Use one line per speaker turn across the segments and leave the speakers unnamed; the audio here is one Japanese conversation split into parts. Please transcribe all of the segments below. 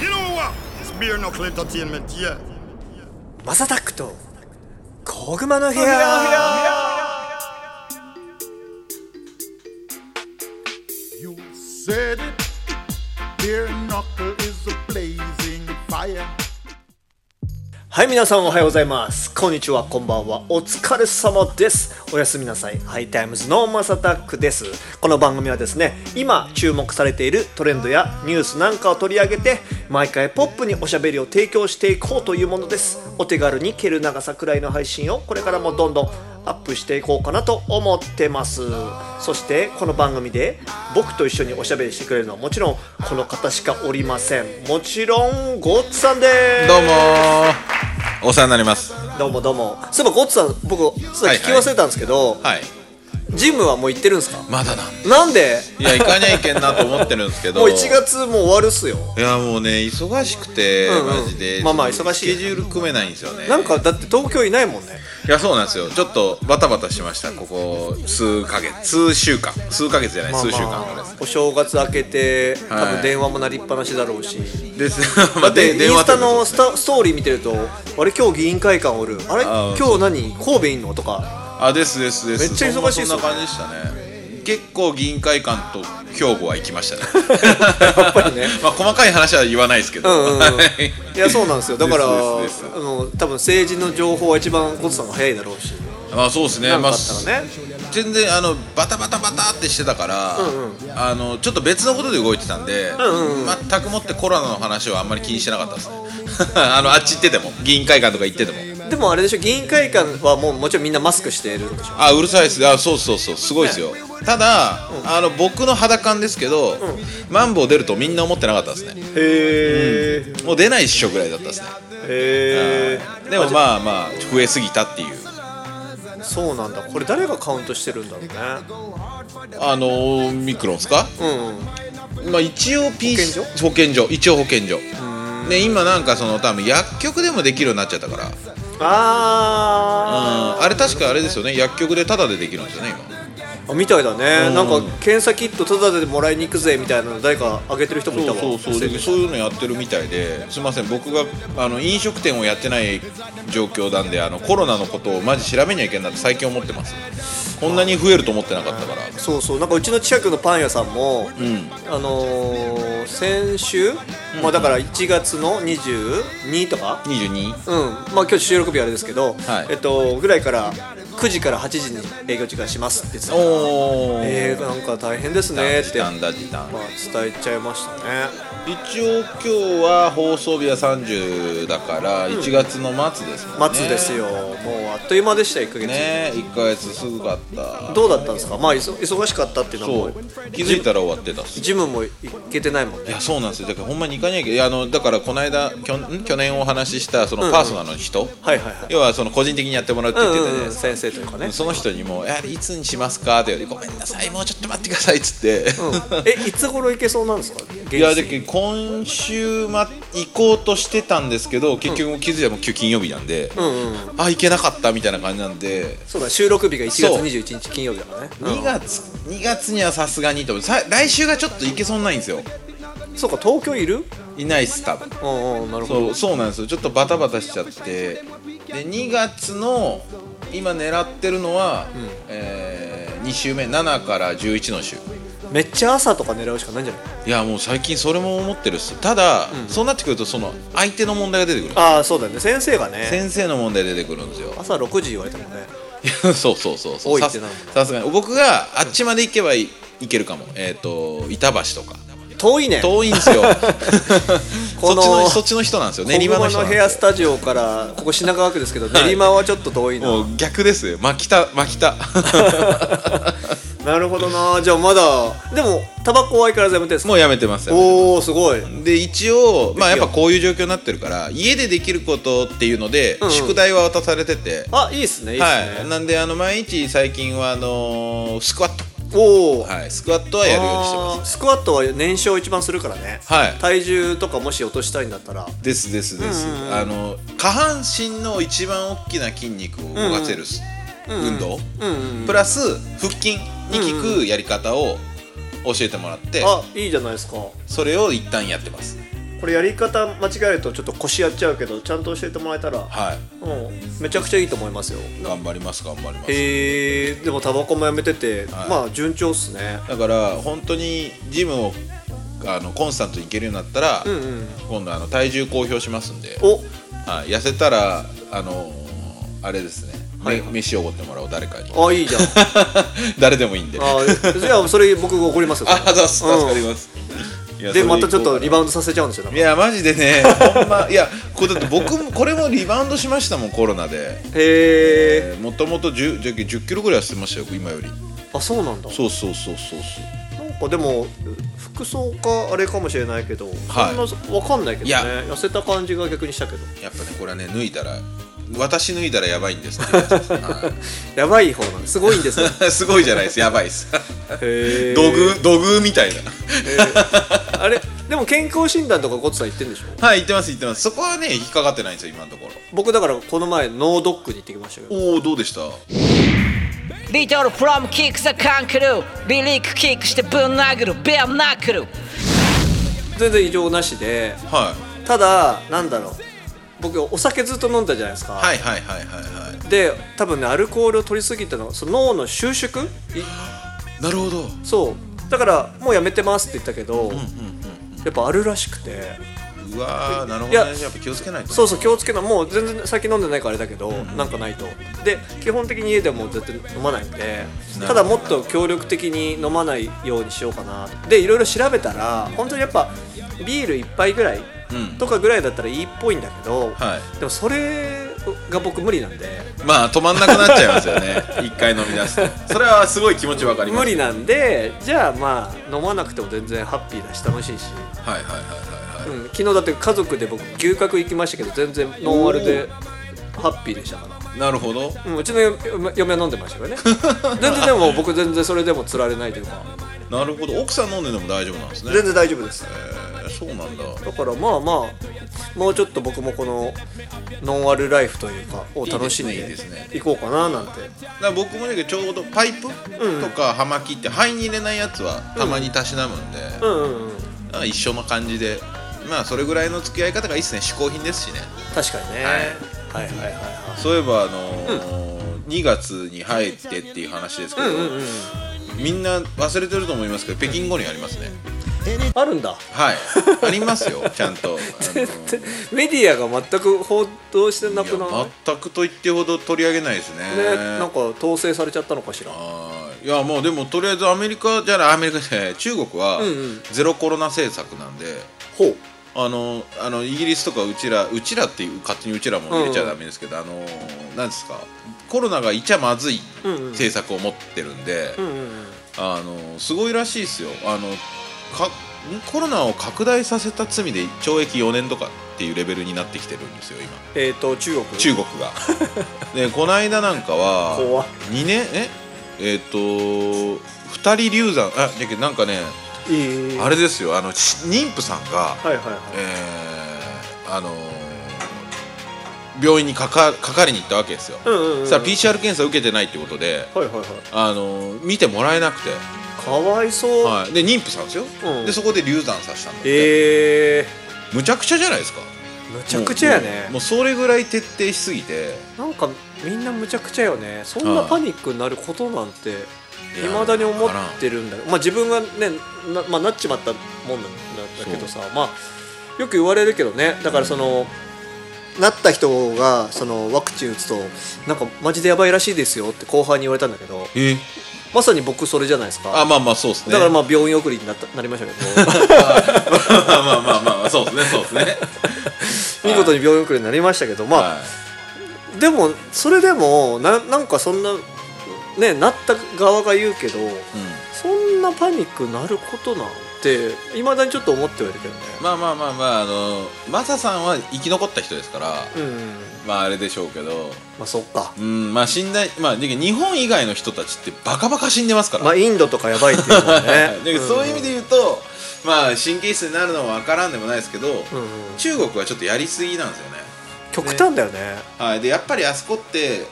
You know what? It's beer knuckle entertainment, yeah.
マサタックと小熊の部屋
You said it. Beer knuckle is a blazing fire.
はい皆さんおはようございますこんにちはこんばんはお疲れ様ですおやすみなさいハイタイムズのマサタックですこの番組はですね今注目されているトレンドやニュースなんかを取り上げて毎回ポップにおしゃべりを提供していこうというものですお手軽に蹴る長さくらいの配信をこれからもどんどんアップしていこうかなと思ってますそしてこの番組で僕と一緒におしゃべりしてくれるのはもちろんこの方しかおりませんもちろんゴッツさんです
どうもーお世話になりますは
どうもどうもそういえばゴッツさん僕そういえば聞き忘れたんですけど、
い
ジムはもう行ってるんですか
まだなんだ
なんで
いや行かにゃいけんなと思ってるんですけど
もう1月もう終わるっすよ
いやもうね忙しくて、
うんうん
マジで
まあまあ忙しい
スケジュール組めないんですよね
なんかだって東京いないもんね
いやそうなんですよちょっとバタバタしましたここ数ヶ月数週間数ヶ月じゃない、数週間ぐらい
お正月明けて多
は
分
い
電話も鳴りっぱなしだろうし、
です です
だってインスタのス
スタ
タストーリー見てるとあれ今日議員会館おるあれ
あー
今日何神戸いんのとか
あですですです
めっちゃ忙しいっす
そ
よ
んなそんな感じでしたね結構議員会館と兵庫は行きましたね
やっぱりね
まあ細かい話は言わないですけど、
うんうんうん
はい
いやそうなんですよだから
ですですです
あの多分政治の情報は一番ゴッツさんが早いだろうし
まあそうですね
なんか
ま
あ
あ
ったらね
全然あのバタバタバタってしてたから、あのちょっと別のことで動いてたんで、全くもってコロナの話はあんまり気にしてなかったですね あのあっち行ってても議員会館とか行ってても
でもあれでしょ議員会館はもうもちろんみんなマスクしてるんでしょ
あうるさいですあそうそうそうすごいですよ、ただ、あの僕の肌感ですけど、マンボウ出るとみんな思ってなかったですね
へえ
もう出ないっしょぐらいだったですね、
へえ
でもまあまあ増えすぎたっていう
そうなんだこれ誰がカウントしてるんだろうね
あのミクロンですか
うんうん
まあ、一応
保
P
健所
保健所一応保健所で今なんかその多分薬局でもできるようになっちゃったからうん
あ
あれ確かあれですよね薬局でタダでできるんですよね
ーあみたいだね
うん
なんか検査キットタダでもらいに行くぜみたいなの誰かあげてる人もいた
今
わ
そうそうそうでそういうのやってるみたいですいません僕があの飲食店をやってない状況なんであのコロナのことをマジ調べにゃいけんなって最近思ってますこんなに増えると思ってなかったから
そうそうなんかうちの近くのパン屋さんも、
うん
あのー、先週、まあだから1月の22とか
22
うん、まあ今日収録日あれですけど、
はい
えっとぐらいから9時から8時に営業時間しますって言ってたから
おー
えー、なんか大変ですねっ
時
て、まあ
短、だ時短
伝えちゃいましたね
一応今日は放送日は30だから1月の末ですもんね
待つですよ、もうあっという間でした1ヶ月、
ね1ヶ月すぐかった
どうだったんですかまあいそ忙しかったっていうの
そ
は
う
もう
気づいたら終わってたっす
ジムも行けてないもん
い
ね
やそうなんですよだからほんまに行かにゃいけないいやあのだからこの間きょん去年お話ししたそのパーソナルの人、
はいはいはい
要はその個人的にやってもらうって
う
言って
ん
た
う
じゃなんい
うん
ですか、
先生というかね、
その人にも「やはりいつにしますか?」って言われて「ごめんなさいもうちょっと待ってください」っつって、
うん、えいつ頃行けそうなんですか
いやだけど今週、ま、行こうとしてたんですけど結局気づいたらもう今日金曜日なんで、
うんうんうん
あ行けなかったみたいな感じなんで、
そうだ収録日が1月
そう
21日金曜日だからね、
2月2月にはさすがにと思うさ来週がちょっと行けそうにないんですよ
うんそうか東京いる
いないっす多分
うんうんなるほど
そうそうなんですよちょっとバタバタしちゃってで2月の今狙ってるのは、え2週目7から11の週
めっちゃ朝とか狙うしかないんじゃない
いやもう最近それも思ってるっすただ、そうなってくるとその相手の問題が出てくる
ああそうだよね先生がね
先生の問題出てくるんですよ
朝6時言われたもんね
そうそうそうそ
多
う
いっ
さ
て
す
なる
さすがに僕があっちまで行けばいいけるかもえっ、と板橋とか
遠いね
遠いんですよ
こ
そっ
の
ちのそっちの人なんですよ練馬の人
小
な
熊
ん
のヘ
で
ア
す
ス
よ
タジオからここ品川区ですけど練馬はちょっと遠いな、
もう逆ですよ巻きた巻 きた
なるほどなじゃあまだでもタバコは相変わらずやめてるんですか
もうやめてますよ
おおすごい
で一応まあやっぱこういう状況になってるから家でできることっていうので、
うん
宿題は渡されてて
あいいっすねいいっすね、
はいなんであの毎日最近はあのースクワッ
おお、
トはいスクワットはやるようにしてます
あースクワットは燃焼一番するからね、
はい
体重とかもし落としたいんだったら
ですですです、あの下半身の一番大きな筋肉を動かせるす、運動、プラス腹筋に効くやり方を教えてもらって、
あいいじゃないですか
それを一旦やってます
これやり方間違えるとちょっと腰やっちゃうけどちゃんと教えてもらえたら、
はい
うん、めちゃくちゃいいと思いますよ
頑張ります頑張ります
へえでもタバコもやめてて、
は
ま
い
あ順調っすね
だから本当にジムをあのコンスタントに行けるようになったら、
うんうん
今度あの体重公表しますんで、
お
はい、痩せたらあのあれですね、
はい
め飯をおごってもらおう誰かに
あいいじゃん
誰でもいいんであ
あーじゃあそれ僕怒りますよ
あざっす
うん
助かります、いや
で
それ
またちょっと
行こ
リバウンドさせちゃうんですよなん
う
か
いやマジでねほんまいやこれだって僕もこれもリバウンドしましたもんコロナで、
へえ
えーもともと1 0 1 0キロぐらいはしてましたよ今より
あそうなんだ
そうそうそうそうそう
なんかでも服装かあれかもしれないけど、
はい
そんなわかんないけど
い
ね
や
痩せた感じが逆にしたけど
やっぱねこれはね脱いだら私脱いだらやばいんですっていうやつですは
やばい方なんですごいんですよ
いすごいじゃないですやばいです
へえ
土偶土偶みたいな
あれでも健康診断とかゴッツさん言ってんでしょ
はい行ってます行ってますそこはね引っかかってないんですよ今のところ
僕だからこの前ノードックに行ってきましたけど
おおどうでした
Little from kicks はカンクルビリークキックしてぶん殴るベアナックル
全然異常なしで
はい
ただなんだろう僕お酒ずっと飲んだじゃないですか、
はいはいはいはいは
で多分ねアルコールを取りすぎたのがその脳の収縮い
いなるほど
そうだからもうやめてますって言ったけど、やっぱあるらしくて
うわーなるほ
い
ど
や
ねやっぱ気をつけないと
そうそう気をつけなもう全然酒飲んでないからあれだけど、なんかないとで基本的に家でも絶対飲まないんで
なるほど
ただもっと協力的に飲まないようにしようかなでいろいろ調べたら本当にやっぱビール1杯ぐらい
うん
とかぐらいだったらいいっぽいんだけど、
はい
でもそれが僕無理なんで
まあ止まんなくなっちゃいますよね一回飲み出すとそれはすごい気持ちわかります
無理なんでじゃあまあ飲まなくても全然ハッピーだし楽しいし、
はいはいはいはいはい
うん、昨日だって家族で僕牛角行きましたけど全然ノンアルでハッピーでしたから。
なるほど
うんうちの嫁嫁は飲んでましたよね 全然でも僕全然それでも釣られないというか
なるほど奥さん飲んででも大丈夫なんですね
全然大丈夫です
えーそうなんだ
だからまあまあもうちょっと僕もこのノンアルライフというかを楽しん
いい
で
ですねいいです
いこうかななんて
だから僕もだけどちょうどパイプとか葉巻って肺に入れないやつはたまにたしなむんで、
うんうんうん
なんか一緒の感じでまあそれぐらいの付き合い方がいいですね嗜好品ですしね
確かにね、はい、はいはいはい
そういえばあのー2月に入ってっていう話ですけど、みんな忘れてると思いますけど北京五輪ありますね
あるんだ
はいありますよちゃんと、 あのー
メディアが全く報道してなくない
いや全くと言ってほど取り上げないですね
ねなんか統制されちゃったのかしら
あーいやもうでもとりあえずアメリカじゃないアメリカじゃない中国は
ん
ゼロコロナ政策なんで、
ほう
あのあのイギリスとかうちらうちらっていう勝手にうちらも入れちゃダメですけど、あのなんですかコロナがいちゃまずい政策を持ってるんで、
うんうんうん
あのすごいらしいですよあのかコロナを拡大させた罪で懲役4年とかっていうレベルになってきてるんですよ今
えっ、と中国
中国 がでこの間なんか
怖
は
っ
2年ええっ、と2人流産あだけどなんかね
いいいい
あれですよあのし妊婦さんが、
はいはいはい
えーあのー病院にかかかかりに行ったわけですよ、
うんうんうん
さあ PCR 検査受けてないってことで、
はいはいはい
あのー見てもらえなくて、
かわいそう、
はい、で妊婦さんですよ、
うん
でそこで流産させたんだって、
ええ
むちゃくちゃじゃないですか
むちゃくちゃや
もうもう
ね
もうそれぐらい徹底しすぎて
なんかみんなむちゃくちゃよねそんなパニックになることなんて
いや
未だに思ってるんだよまあ自分がねな,、まあ、なっちまったもんなんだけどさまあよく言われるけどねだからその、なった人がそのワクチン打つとなんかマジでやばいらしいですよって後半に言われたんだけど
え
まさに僕それじゃないですか
あまあまあそうですね
だから
ま
まあ病院送りになったなりましたけ ど
あまあまあまあまあそうですねそうですね
見事に病院送りになりましたけどまあ、
は
でもそれでもななんかそんなねなった側が言うけど
い、うん
そんなパニックなることなんていまだにちょっと思ってはいるけどね、
まあまあまあまああのマサさんは生き残った人ですから、
うん
まああれでしょうけど
まあそっか
うんまあ死んだまあだけど日本以外の人たちってバカバカ死んでますから、
まあインドとかやばいっていうもん
だ
ね
けどそういう意味
で
で言うと、まあ神経質になるのもわからんでもないですけど、
んうん
中国はちょっとやりすぎなんですよね
極端だよね
はい、でやっぱりあそこって、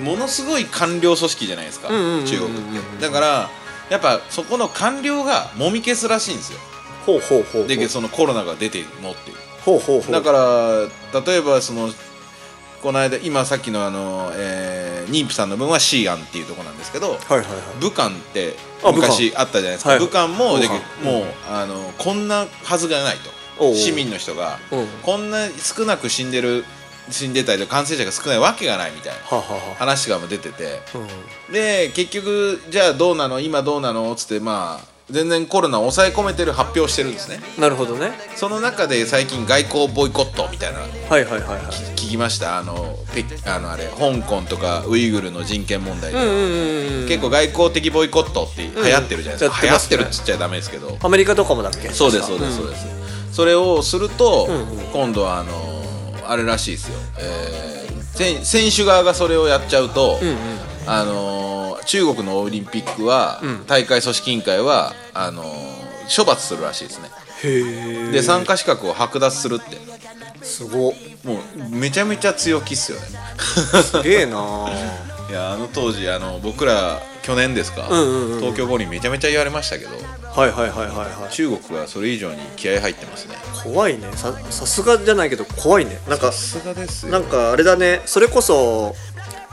う
ものすごい官僚組織じゃないですか、
うんうんうんうんうん
中国ってだからやっぱそこの官僚がもみ消すらしいんですよ
ほうほうほう
でそのコロナが出てるのっていう
ほうほうほう
だから例えばそのこの間今さっきのあの、えー妊婦さんの分はシーアンっていうところなんですけど、
はいはいはい
武漢って
あ
昔あったじゃないですか、
はい
武漢も
武
で
漢
もうあのこんなはずがない
おうおう
と市民の人が
うん
こんな少なく死んでる死んでたりとか感染者が少ないわけがないみたいな
はあはあは
話がもう出てて
あうん
で結局じゃあどうなの今どうなのっつってまあ全然コロナを抑え込めてる発表をしてるんですね
なるほどね
その中で最近外交ボイコットみたいなの
はいはいはいはい
聞きましたあのペあのあれ香港とかウイグルの人権問題で、
うんうんうん
結構外交的ボイコットって流行ってるじゃないですか、
やってま
流行
す
っ
ね
てるっつっちゃダメですけど
アメリカとかもだっけ
そうですそうですそうです、それをすると、
んうん
今度はあのーあれらしいですよ、えー選選手側がそれをやっちゃうと、
うんうん
あのー中国のオリンピックは、
ん
大会組織委員会はあのー処罰するらしいですね
へえ
で参加資格を剥奪するって
すごっ
もうめちゃめちゃ強気っすよね
すげえなあ
いやあの当時あの僕ら去年ですか、
うんうんうん
東京五輪めちゃめちゃ言われましたけど
はいはいはいはいはい
中国はそれ以上に気合入ってますね
怖いねささすがじゃないけど怖いねなんか
さすがです
なんかあれだねそれこそ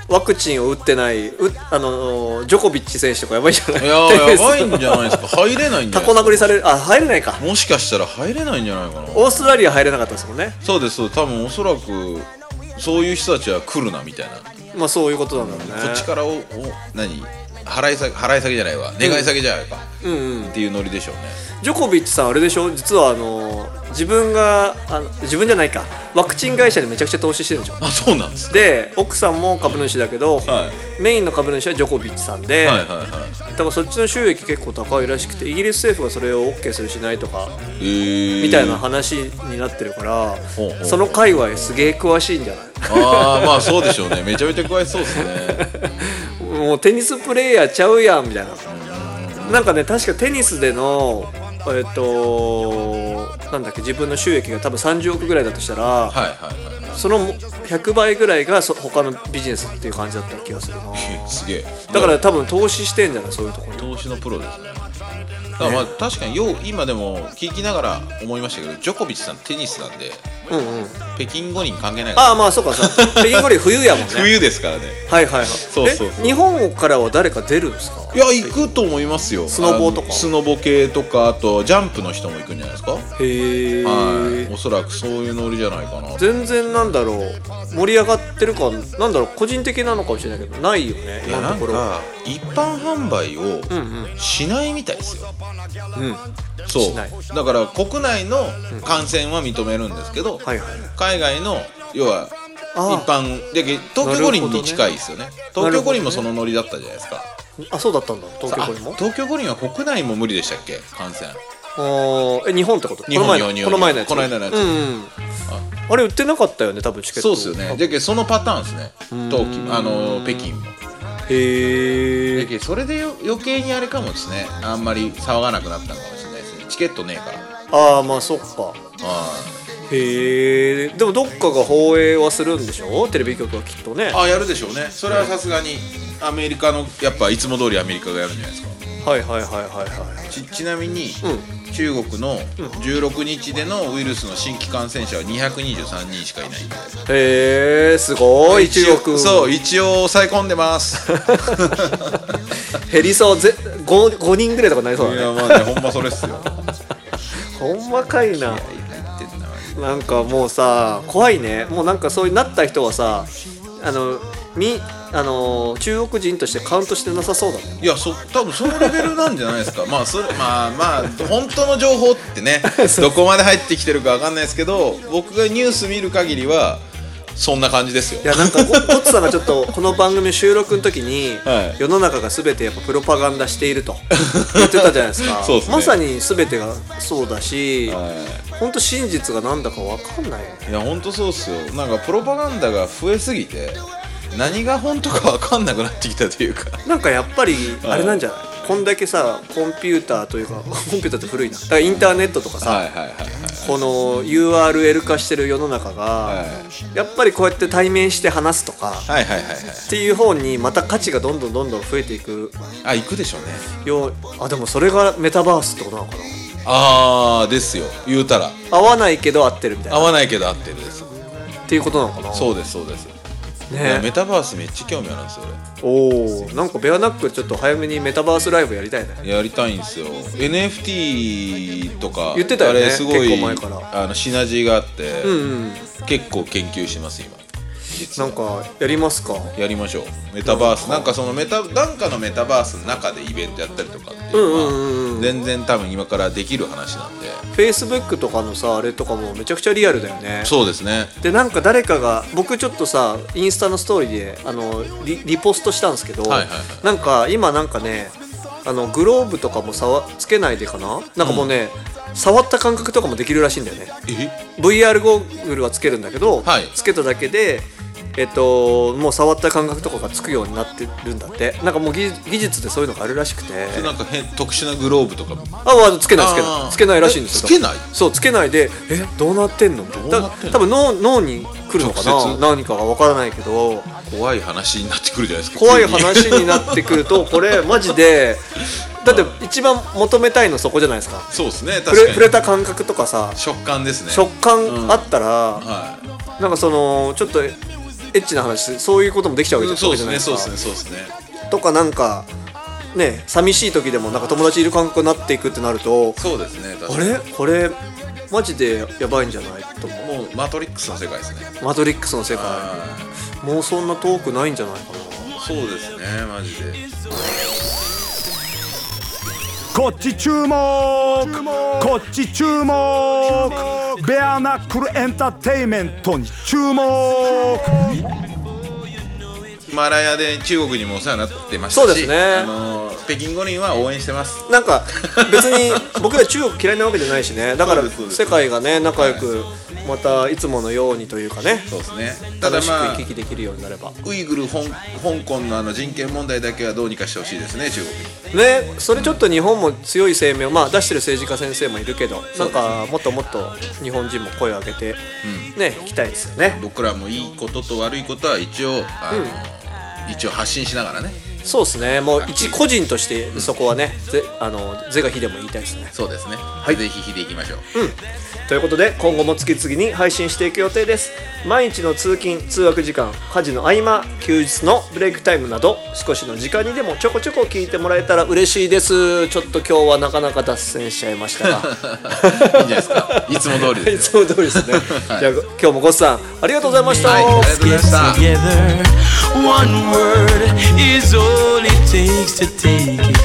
ワクチンを打ってないうあのジョコビッチ選手とかやばいじゃない
いやー
テニ
や
ス
ばいんじゃない ですか入れないんじゃ
タ
ない
コ
で
殴りされるあ入れないか
すかもしかしたら入れないんじゃないかな
オーストラリア入れなかったですもんね
そうですそうです多分おそらくそういう人たちは来るなみたいな、
まあそういうことなんだろうね
こっちからおお何払い下げ払い下げじゃないわ願い下げじゃないか、
うんうん
っていうノリでしょうね
ジョコビッチさんあれでしょ実はあの自分があの自分じゃないかワクチン会社にめちゃくちゃ投資してるんでしょ
あそうなんです
で奥さんも株主だけど、
は
メインの株主はジョコビッチさんで、
はいはいはい
だからそっちの収益結構高いらしくてイギリス政府がそれを OK するしないとか
えー、
みたいな話になってるから、
ほうほう
その界隈すげえ詳しいんじゃない
ああまあそうでしょうねめちゃめちゃ詳しそうですね
もうテニスプレーヤーちゃうやんみたいな、なんかね確かテニスでのえっ、となんだっけ自分の収益が多分30億ぐらいだとしたら、
はいはいはい
その100倍ぐらいがそ他のビジネスっていう感じだった気がするな
えすげえ
だから多分投資してんじゃないそういうところに
投資のプロですねだからまあ確かによう今でも聞きながら思いましたけどジョコビッチさんテニスなんで
うんうん
北京五輪関係ないから
ああまあそうかそうか北京五輪冬やもんね
冬ですからね
はいはいはい
そうそうそ
え
う
日本からは誰か出るんですか
いや行くと思いますよ
スノボとか
あのスノボ系とかあとジャンプの人も行くんじゃないですか
へえ、
はいおそらくそういうノリじゃないかな
全然なんだろう盛り上がってるかなんだろう個人的なのかもしれないけどないよね
い
今
や
の
な
と
ん
ころ
か一般販売を
うんうん
しないみたいですよ
うんは
そ
しないう
だから国内の感染は認めるんですけど、
いはい
海外の要は
あー
一般で東京五輪に近いですよね
どね
東京五輪もそのノリだったじゃないですか
あそうだったんだ東京五輪
あ
も
東京五輪は国内も無理でしたっけ感染
あーえ日本ってこと
日本
この前
日
の
本
この前のやつ
この間のやつ
うんうんあれ売ってなかったよね多分チケッ
そう
ト
っすよねじゃけそのパターンですね冬季あの北京も
へ
じゃ
え
けそれでよ余計にあれかもですねあんまり騒がなくなったのかもしれないですねチケットねえから
ああまあそっか
あ
へえでもどっかが放映はするんでしょテレビ局はきっとね
あやるでしょうねそれはさすがにアメリカのやっぱいつも通りアメリカがやるんじゃないですか
はいはいはいはいはい
ちちなみに、
う
中国の16日でのウイルスの新規感染者は223人しかいない
へえすごい中国
そう一応抑え込んでま すい
減りそうぜ 5, 5人ぐらいとかなりそうだね
やまあねほんまそれっすよ
ほんまかいな
入ってんな
なんかもうさ怖いねもうなんかそういうなった人はさあのみあの中国人としてカウントしてなさそうだね
いやそ多分そのレベルなんじゃないですかまあそれまあまあ本当の情報っ てねどこまで入ってきてるかわかんないですけど僕がニュース見る限りはそんな感じですよ
いやなん かゴゴッツさんがちょっとこの番組収録の時に、
はい
世の中が全てやっぱプロパガンダしてい ると言ってたじゃないですか
そうっすね
まさに全てがそうだし、
は
本当真実がなんだかわかんないよね
いいや本当そうっすよなんかプロパガンダが増えすぎて何が本当かわかんなくなってきたというか
なんかやっぱりあれなんじゃない、こんだけさコンピューターというかコンピューターって古いなだからインターネットとかさ、
はいはいはいはい
この URL 化してる世の中が、
は
やっぱりこうやって対面して話すとか、っ
はいはいはいはい
ていう方にまた価値がどんどんどんどん増えていく
あ行くでしょうね
ようあでもそれがメタバースってことなのかな
ああですよ言うたら
合わないけど合ってるみたいな
合わないけど合ってるです
っていうことなのかな
そうですそうです、いやメ
ね
タバースめっちゃ興味あるんですよ
おおなんかベアナックちょっと早めにメタバースライブやりたいね
俺やりたいんですよ NFT とか
言ってたよね
あれすごい
結構前から
あのシナジーがあって、
うん
結構研究してます今実
な
は
んかやりますか
やりましょうメタバースなんかそのメタなんかのメタバースの中でイベントやったりとかっていう
うんうんうん
のは全然多分今からできる話なんで
Facebook とかのさあれとかもめちゃくちゃリアルだよね
そうですね
でなんか誰かが僕ちょっとさインスタのストーリーであのリリポストしたんですけど、
はいはいは
なんか今なんかねあのグローブとかもさわつけないでかななんかもうね、触った感覚とかもできるらしいんだよね
え
VR ゴーグルはつけるんだけど、
はい
つけただけでえっともう触った感覚とかがつくようになってるんだってなんかもう技技術でそういうのがあるらしくて
なんか変特殊なグローブとか
ああつけないつけ
あ
な
ー
いつけないらしいんですよ
えつけない
そうつけないでえどうなってんの
うなってんの
だ多分脳脳に来るのか
直
な
接
何かがわからないけど
怖い話になってくるじゃないですか
怖い
急に
話になってくる とこれマジでだって一番求めたいのそこじゃないですか
そうですね
触れ
確
触
か
れ
に
た感覚とかさ
食感ですね
食
う
感
ん
あったら、
はい
なんかそのちょっとエッチな話そういうこともできちゃうわけじゃ
そう
わ
で
けじ
す
ゃない
ね
です
そう
か
ですねそうですね
とかなんかね寂しい時でもなんか友達いる感覚になっていくってなると
そうですね確
あ
かに
れこれマジでやばいんじゃないと思
もうマトリックスの世界ですね
うマトリックスの世界
はい
もうそんな遠くないんじゃないかな
そうですねマジで
こっち注目こっち注目ベアナックルエンターテイメントに注目
マラヤで中国にもお世話になってました
そ
し
うですね
あのー北京五輪は応援してます
なんか別 に僕ら中国嫌いなわけじゃないしねだから
そうですそうです
世界がね仲良くまたいつものようにというかね
そうですねただ
楽しく
ま
行
あ
き来できるようになれば
ウイグル香香港のあの人権問題だけはどうにかしてほしいですね中国に
ねそれちょっと日本も強い声明を、まあ、出してる政治家先生もいるけどなんかもっともっと日本人も声を上げて、ね行きたいですよね
僕らもいいことと悪いことは一応あの、一応発信しながらね
そうですねもう一個人としてそこはね、ぜあの是が非でも言いたいですね
そうですね、ぜひ引いていきましょう、
ということで今後も月々に配信していく予定です毎日の通勤通学時間家事の合間休日のブレイクタイムなど少しの時間にでもちょこちょこ聞いてもらえたら嬉しいですちょっと今日はなかなか脱線しちゃいましたが
いいんじゃないですかいつも通り
い
です
つも通りですね、じゃあ今日もごっさんありがとうございました、
はいありがとうございました
together. One word is all it takes to take it.